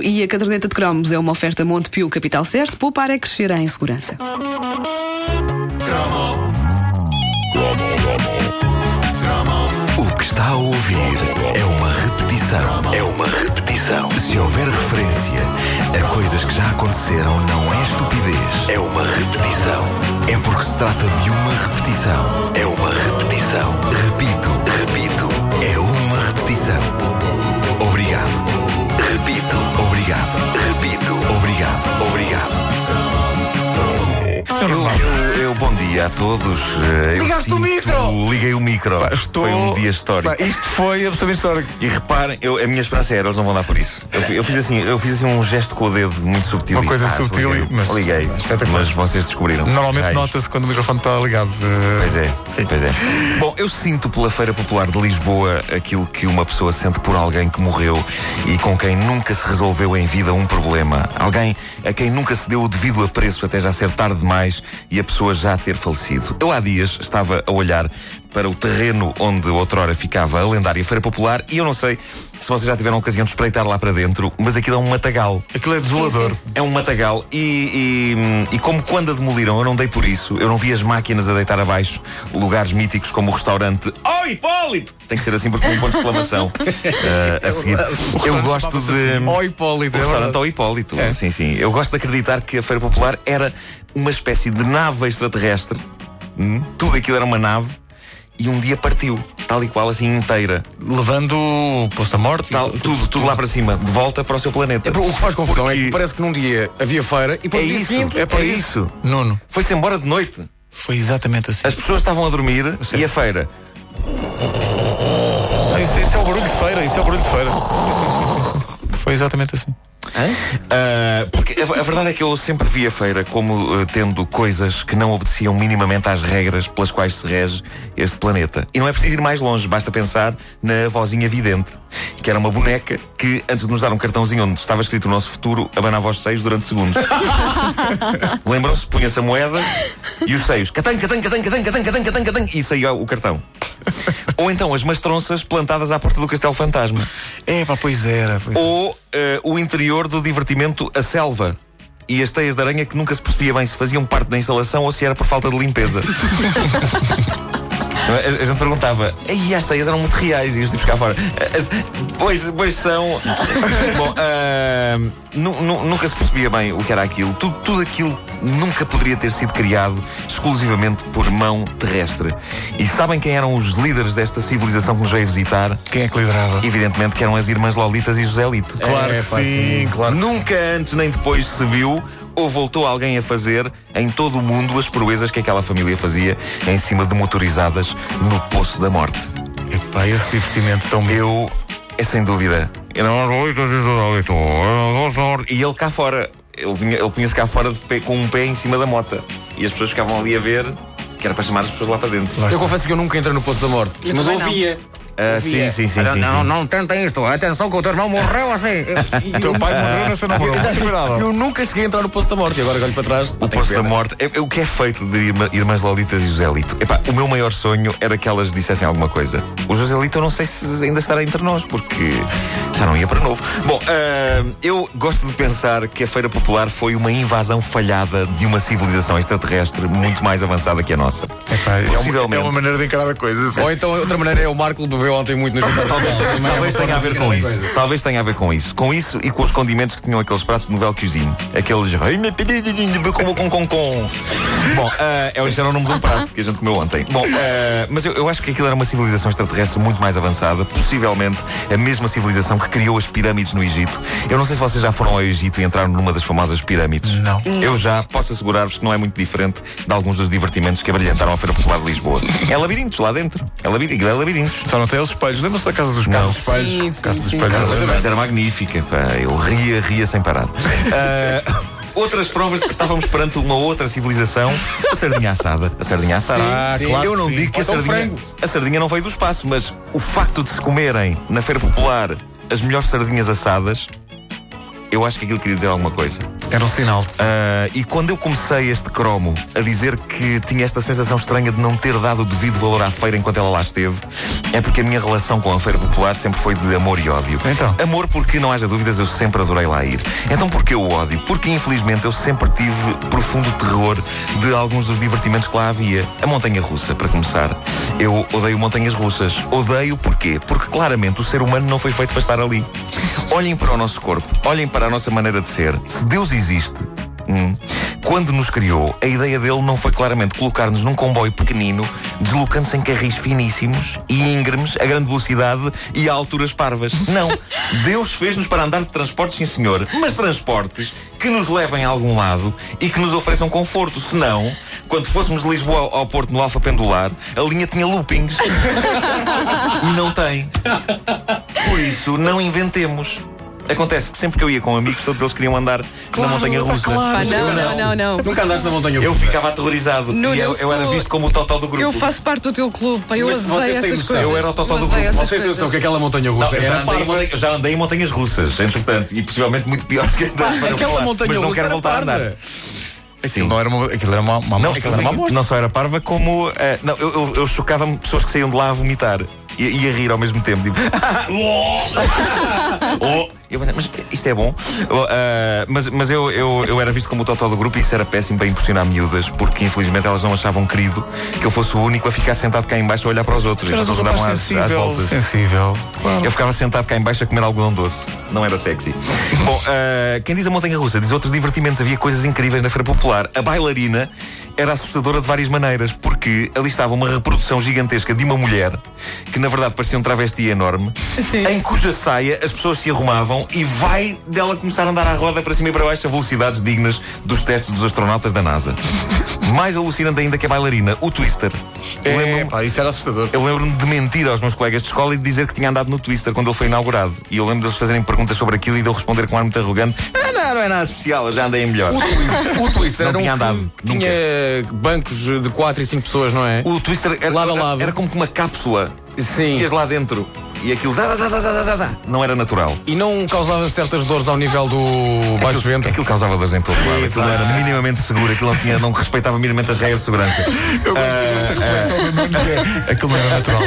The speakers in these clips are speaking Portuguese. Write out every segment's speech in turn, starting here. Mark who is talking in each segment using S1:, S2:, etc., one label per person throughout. S1: E a caderneta de cromos é uma oferta Montepio Capital Certo. Poupar é crescer em segurança.
S2: O que está a ouvir é uma repetição. É uma repetição. Se houver referência a coisas que já aconteceram, não é estupidez. É uma repetição. É porque se trata de uma repetição. É uma repetição. Repito, repito. É uma repetição. Obrigado. Repito. Obrigado. Repito. Obrigado. Obrigado. Eu, eu- eu- bom dia a todos. Eh, eu
S3: Ligaste o
S2: sinto-
S3: micro!
S2: Liguei o micro.
S3: Pá, estou-
S2: Foi um dia histórico.
S3: Pá, isto foi absolutamente histórico.
S2: E reparem, eu- a minha esperança era, eles não vão dar por isso. Eu, eu fiz assim, eu fiz assim um gesto com o dedo muito subtil.
S3: Uma coisa subtil,
S2: liguei,
S3: mas-
S2: liguei.
S3: espetacular.
S2: Mas vocês descobriram.
S3: Normalmente
S2: Raios.
S3: nota-se quando o microfone está ligado. eh,
S2: Pois é, pois é. Bom, eu sinto pela Feira Popular de Lisboa aquilo que uma pessoa sente por alguém que morreu e com quem nunca se resolveu em vida um problema. Alguém a quem nunca se deu o devido apreço até já ser tarde demais e a pessoa já ter falecido. Eu há dias estava a olhar para o terreno onde outrora ficava a lendária Feira Popular e eu não sei se vocês já tiveram a ocasião de espreitar lá para dentro, mas aquilo é um matagal.
S3: Aquilo é desolador.
S2: É um matagal e, e- e como quando a demoliram eu não dei por isso, eu não vi as máquinas a deitar abaixo lugares míticos como o restaurante Oh Hipólito! Tem que ser assim porque tem um ponto de exclamação eh,
S4: É
S2: a seguir. Eu gosto
S4: assim,
S2: de.
S3: Ó Hipólito,
S2: O
S3: é
S2: restaurante
S3: verdade.
S2: ao Hipólito, sim, sim. Eu gosto de acreditar que a Feira Popular era uma espécie de nave extraterrestre. Hum? Tudo aquilo era uma nave e um dia partiu, tal e qual, assim inteira.
S3: Levando o posto à morte.
S2: Tal- tudo, tudo lá para cima, de volta para o seu planeta.
S4: É por- O que faz confusão é
S2: Porque-
S4: que parece que num dia havia feira e para
S2: É
S4: o dia
S2: isso,
S4: seguinte
S2: é para
S3: É
S2: isso.
S3: Nuno,
S2: Foi-se embora de noite.
S3: foi exatamente assim.
S2: As pessoas estavam a dormir e a feira.
S3: isso, é o barulho de feira, isso é o barulho de feira. Foi exatamente assim.
S2: Ah, porque a, a verdade é que eu sempre vi a feira como eh, tendo coisas que não obedeciam minimamente às regras pelas quais se rege este planeta. E não é preciso ir mais longe, basta pensar na vozinha vidente, que era uma boneca que, antes de nos dar um cartãozinho onde estava escrito o nosso futuro, abanava os seios durante segundos. Lembram-se? Punha-se a moeda e os seios. Catan, catan, catan, catan, catan, catan, catan, catan, e saía o cartão. Ou então as mastronças plantadas à porta do Castelo Fantasma.
S3: É, pá, pois era. pois-
S2: Ou eh, o interior do divertimento A Selva. E as teias de aranha que nunca se percebia bem se faziam parte da instalação ou se era por falta de limpeza. Não é? A- A gente perguntava, e as teias eram muito reais, e os tipos cá fora. "As- Pois, pois são. Bom, ahm, nu- nu- nunca se percebia bem o que era aquilo. Tudo, tudo aquilo nunca poderia ter sido criado exclusivamente por mão terrestre. E sabem quem eram os líderes desta civilização que nos veio visitar?
S3: Quem é que liderava?
S2: Evidentemente que eram as irmãs Lolitas e José Lito.
S3: Claro
S4: É,
S3: que
S4: pá,
S3: sim, claro. que
S2: Nunca antes nem depois se viu ou voltou alguém a fazer em todo o mundo as proezas que aquela família fazia em cima de motorizadas no Poço da Morte.
S3: sim. Epá, esse divertimento tão meu.
S2: Eu, é sem dúvida, eram as oitas e os oito, eram as or- E ele cá fora, ele, vinha- ele punha-se cá fora de pé- com um pé em cima da mota. E as pessoas ficavam ali a ver, que era para chamar as pessoas lá para dentro.
S4: Eu confesso que eu nunca entrei no Poço da Morte, mas
S1: também não.
S4: ouvia.
S2: Ah, sim,
S4: ouvia.
S2: sim, sim.
S4: Não,
S2: sim,
S4: não,
S2: sim.
S4: não tentem isto. Atenção que o teu irmão morreu assim.
S3: O
S4: Eu-
S3: teu pai morreu na sua namorada. Cuidado.
S4: Eu nunca cheguei a entrar no Poço da Morte e agora que olho para trás. pá,
S2: O
S4: tenho
S2: Poço da
S4: pena.
S2: Morte, é, é o que é feito de irma- Irmãs Lolitas e José Lito? Epá, o meu maior sonho era que elas dissessem alguma coisa. O José Lito eu não sei se ainda estará entre nós, porque já não ia para novo. Bom, ah, eu gosto de pensar que a Feira Popular foi uma invasão falhada de uma civilização extraterrestre muito mais avançada que a nossa.
S3: Epá, é, uma, é
S2: Possivelmente.
S3: uma maneira de encarar a coisa. assim.
S4: Ou então, outra maneira é o Marco bebeu ontem muito no jantar.
S2: Talvez,
S4: Também é uma
S2: talvez tenha
S4: forma
S2: a ver
S4: de encarar
S2: com
S4: a
S2: isso.
S4: coisa.
S2: Talvez tenha a ver com isso. Com isso e com os condimentos que tinham aqueles pratos de novel cuisine. Aqueles. "Ai, meu pedido de com com com com." Bom, ah, é hoje era o nome de um prato que a gente comeu ontem. Bom, ah, mas eu, eu acho que aquilo era uma civilização extraterrestre muito mais avançada, possivelmente a mesma civilização que criou as pirâmides no Egito. Eu não sei se vocês já foram ao Egito e entraram numa das famosas pirâmides.
S3: Não.
S2: Eu já posso assegurar-vos que não é muito diferente de alguns dos divertimentos que abrilhantaram a Feira Popular de Lisboa. É labirintos lá dentro. É labirintos. É labirintos.
S3: Só não tem os espelhos. Lembra-se da casa dos carros?
S2: Sim,
S3: Espelhos.
S1: sim,
S3: casa dos
S1: sim.
S3: espelhos.
S2: Mas era- Mas era magnífica, pá. Eu ria, ria sem parar. Ah, outras provas de que estávamos perante uma outra civilização, a sardinha assada. A sardinha assada.
S3: Sim, Ah, sim. claro
S2: Eu não
S3: que sim.
S2: digo que a
S4: Ou então
S2: sardinha,
S4: frango.
S2: a sardinha não veio do espaço, mas o facto de se comerem na feira popular as melhores sardinhas assadas. eu acho que aquilo queria dizer alguma coisa.
S3: Era um sinal.
S2: Ah, e quando eu comecei este cromo a dizer que tinha esta sensação estranha de não ter dado o devido valor à feira enquanto ela lá esteve, é porque a minha relação com a feira popular sempre foi de amor e ódio.
S3: Então?
S2: Amor porque, não haja dúvidas, eu sempre adorei lá ir. Então porquê o ódio? Porque, infelizmente, eu sempre tive profundo terror de alguns dos divertimentos que lá havia. A montanha russa, para começar. Eu odeio montanhas russas. Odeio porquê? Porque, claramente, o ser humano não foi feito para estar ali. Olhem para o nosso corpo, olhem para a nossa maneira de ser. Se Deus existe, Hum. Quando nos criou, a ideia dele não foi claramente colocar-nos num comboio pequenino, deslocando-se em carris finíssimos e íngremes, a grande velocidade e a alturas parvas. Não. Deus fez-nos para andar de transportes, sim senhor, mas transportes que nos levem a algum lado e que nos ofereçam conforto. Senão, quando fôssemos de Lisboa ao- ao Porto no Alfa Pendular, a linha tinha loopings. e não tem. Por isso, não inventemos. Acontece que sempre que eu ia com amigos, todos eles queriam andar na montanha russa.
S1: Pá, não, não, não, não.
S4: Nunca andaste na montanha
S2: Eu
S4: russa.
S2: ficava aterrorizado.
S1: Nuno,
S2: e eu,
S1: eu
S2: eu era
S1: sou-
S2: visto como o total do grupo.
S1: Eu faço parte do teu clube, pá, eu
S4: Mas vocês
S1: odeio
S4: têm
S1: essas
S4: noção.
S1: coisas.
S2: Eu era o totó do
S1: Odeio
S2: grupo.
S1: essas
S4: Vocês têm noção
S1: coisas.
S4: que é aquela montanha
S2: Não,
S4: russa
S2: eu já,
S4: era um
S2: andei em
S4: parva.
S2: montanha- já andei em montanhas russas, entretanto, e possivelmente muito piores que esta. para
S4: Aquela
S2: falar,
S4: montanha
S2: mas
S4: russa
S2: não quero
S4: era
S2: voltar a andar.
S4: parva.
S2: Sim.
S3: Não era uma, aquilo era uma, uma
S2: Não, é
S3: amostra.
S2: sim, não só era parva, como. ah, não, eu, eu, eu chocava-me pessoas que saíam de lá a vomitar e, e a rir ao mesmo tempo. Tipo. Oh. E eu pensei, mas isto é bom. Oh, ah, mas mas eu, eu, eu era visto como o totó do grupo e isso era péssimo para impressionar miúdas, porque infelizmente elas não achavam querido que eu fosse o único a ficar sentado cá em baixo a olhar para os outros. Então
S3: Eras um
S2: Eles
S3: rapaz
S2: andavam às- às
S3: sensível.
S2: voltas.
S3: Sensível. Claro.
S2: Eu ficava sentado cá em baixo a comer algodão doce. Não era sexy. Bom, ah, quem diz a montanha russa diz outros divertimentos. Havia coisas incríveis na feira popular. A bailarina era assustadora de várias maneiras, porque ali estava uma reprodução gigantesca de uma mulher que na verdade parecia um travesti enorme, em cuja saia as pessoas se arrumavam e vai dela começar a andar à roda para cima e para baixo a velocidades dignas dos testes dos astronautas da NASA. Mais alucinante ainda que a bailarina, o Twister.
S3: É,
S2: Lembram-
S3: pá, isso era assustador.
S2: eu lembro-me de mentir aos meus colegas de escola e de dizer que tinha andado no Twister quando ele foi inaugurado. E eu lembro deles fazerem perguntas sobre aquilo e de eu responder com um ar muito arrogante: Ah, não, não é nada especial, eu já andei em melhor.
S4: O Twister- O Twister era
S2: Não
S4: um
S2: tinha
S4: que-
S2: andado,
S4: que Tinha bancos de 4 e 5 pessoas, não é?
S2: O Twister era,
S4: Lado a
S2: era-
S4: lado.
S2: era como que uma cápsula.
S4: Sim.
S2: Ias lá dentro e aquilo. zá, zá, zá, zá, zá, zá, zá. Não era natural.
S4: E não causava certas dores ao nível do baixo
S2: Aquilo,
S4: ventre.
S2: aquilo causava dores em todo lado. Aquilo não era minimamente seguro, aquilo não, tinha, não respeitava minimamente as regras de segurança. Ah,
S3: Aquilo não era natural.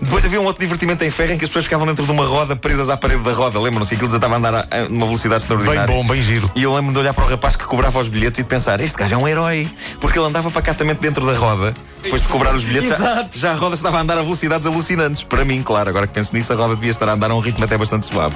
S2: Depois havia um outro divertimento em ferro em que as pessoas ficavam dentro de uma roda presas à parede da roda. Lembram-se? Aquilo já estava a andar a- a- numa velocidade
S3: Bem
S2: extraordinária.
S3: bom, bem giro.
S2: E eu lembro de olhar para o rapaz que cobrava os bilhetes e de pensar: este gajo é um herói. Porque ele andava pacatamente dentro da roda, depois de cobrar os bilhetes, já,
S4: Exato.
S2: já a roda estava a andar a velocidades alucinantes. Para mim, claro, agora que penso nisso, a roda devia estar a andar a um ritmo até bastante suave.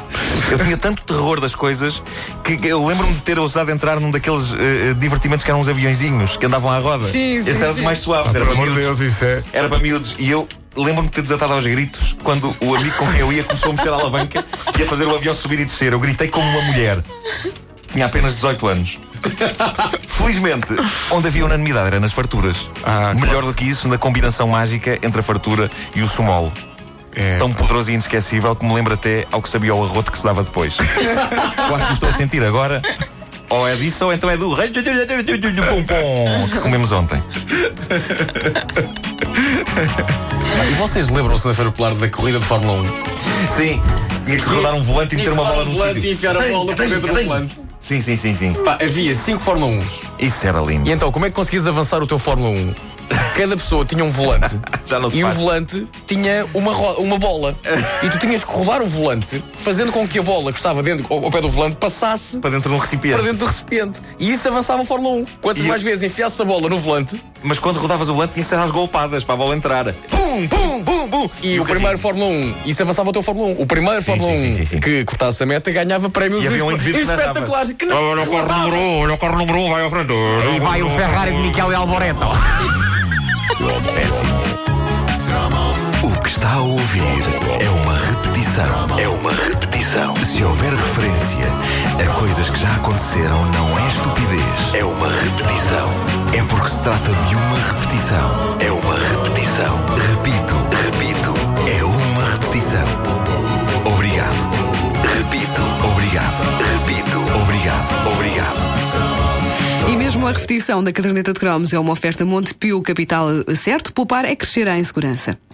S2: Eu tinha tanto terror das coisas que que eu lembro-me de ter ousado entrar num daqueles eh, eh, divertimentos que eram uns aviãozinhos que andavam à roda.
S1: Sim, sim,
S2: Esse era dos
S1: sim.
S2: mais suaves, era
S3: Ah, Pelo
S2: para
S3: amor de
S2: miúdos.
S3: Deus, isso é.
S2: Era para miúdos. E eu lembro-me de ter desatado aos gritos quando o amigo com quem eu ia começou a mexer a alavanca e a fazer o avião subir e descer. Eu gritei como uma mulher. Tinha apenas 18 anos. Felizmente, onde havia unanimidade era nas farturas.
S3: Ah,
S2: Melhor do que isso, na combinação mágica entre a fartura e o sumol.
S3: É.
S2: Tão poderoso e inesquecível que me lembra até ao que sabia o arroto que se dava depois. Quase que estou a sentir agora. Ou é disso ou então é do pompom que comemos ontem.
S4: E vocês lembram-se da Feira Popular da corrida de Fórmula 1?
S2: Sim, tinha que se rodar um volante e
S4: Tinha
S2: meter
S4: que
S2: uma
S4: rodar
S2: bola
S4: um
S2: no
S4: volante
S2: sítio.
S4: e enfiar a
S2: Tem,
S4: bola por
S2: tem,
S4: dentro do
S2: tem.
S4: volante.
S2: Sim, sim, sim, sim.
S4: Pá, havia 5 Fórmula 1s.
S2: Isso era lindo.
S4: E então, como é que conseguias avançar o teu Fórmula 1? Cada pessoa tinha um volante.
S2: Já não se
S4: e o
S2: faz.
S4: volante tinha uma, ro- uma bola. E tu tinhas que rodar o volante, fazendo com que a bola que estava dentro, ao ao pé do volante passasse
S2: Para dentro de um
S4: para
S2: recipiente.
S4: dentro do recipiente. E isso avançava a Fórmula 1. Quantas
S2: E-
S4: mais vezes enfiasse a bola no volante,
S2: Mas quando rodavas o volante tinha que ser às golpadas para a bola entrar.
S4: pum, pum, pum, pum. E,
S2: E
S4: o
S2: o
S4: primeiro
S2: carrinho?
S4: Fórmula 1, isso avançava o teu Fórmula 1. O primeiro
S2: Sim,
S4: Fórmula 1
S2: sim, sim, sim, sim.
S4: que cortasse a meta ganhava prémios
S2: E havia um
S4: espe-
S2: indivíduo que narrava.
S4: espetaculares. Que não,
S3: Olha o
S2: um
S3: carro número 1, olha o carro número 1, vai à frente. E vai o Ferrari de Miquel.
S2: Péssimo.
S5: O que está a ouvir é uma repetição. É uma repetição. Se houver referência a coisas que já aconteceram, não é estupidez. É uma repetição. É porque se trata de uma repetição. É uma repetição. Repito, repito. É uma repetição. Obrigado. Repito. Obrigado. Repito. Obrigado. Obrigado.
S1: E mesmo a repetição da caderneta de cromos é uma oferta Montepio Capital Certo, poupar é crescer em segurança.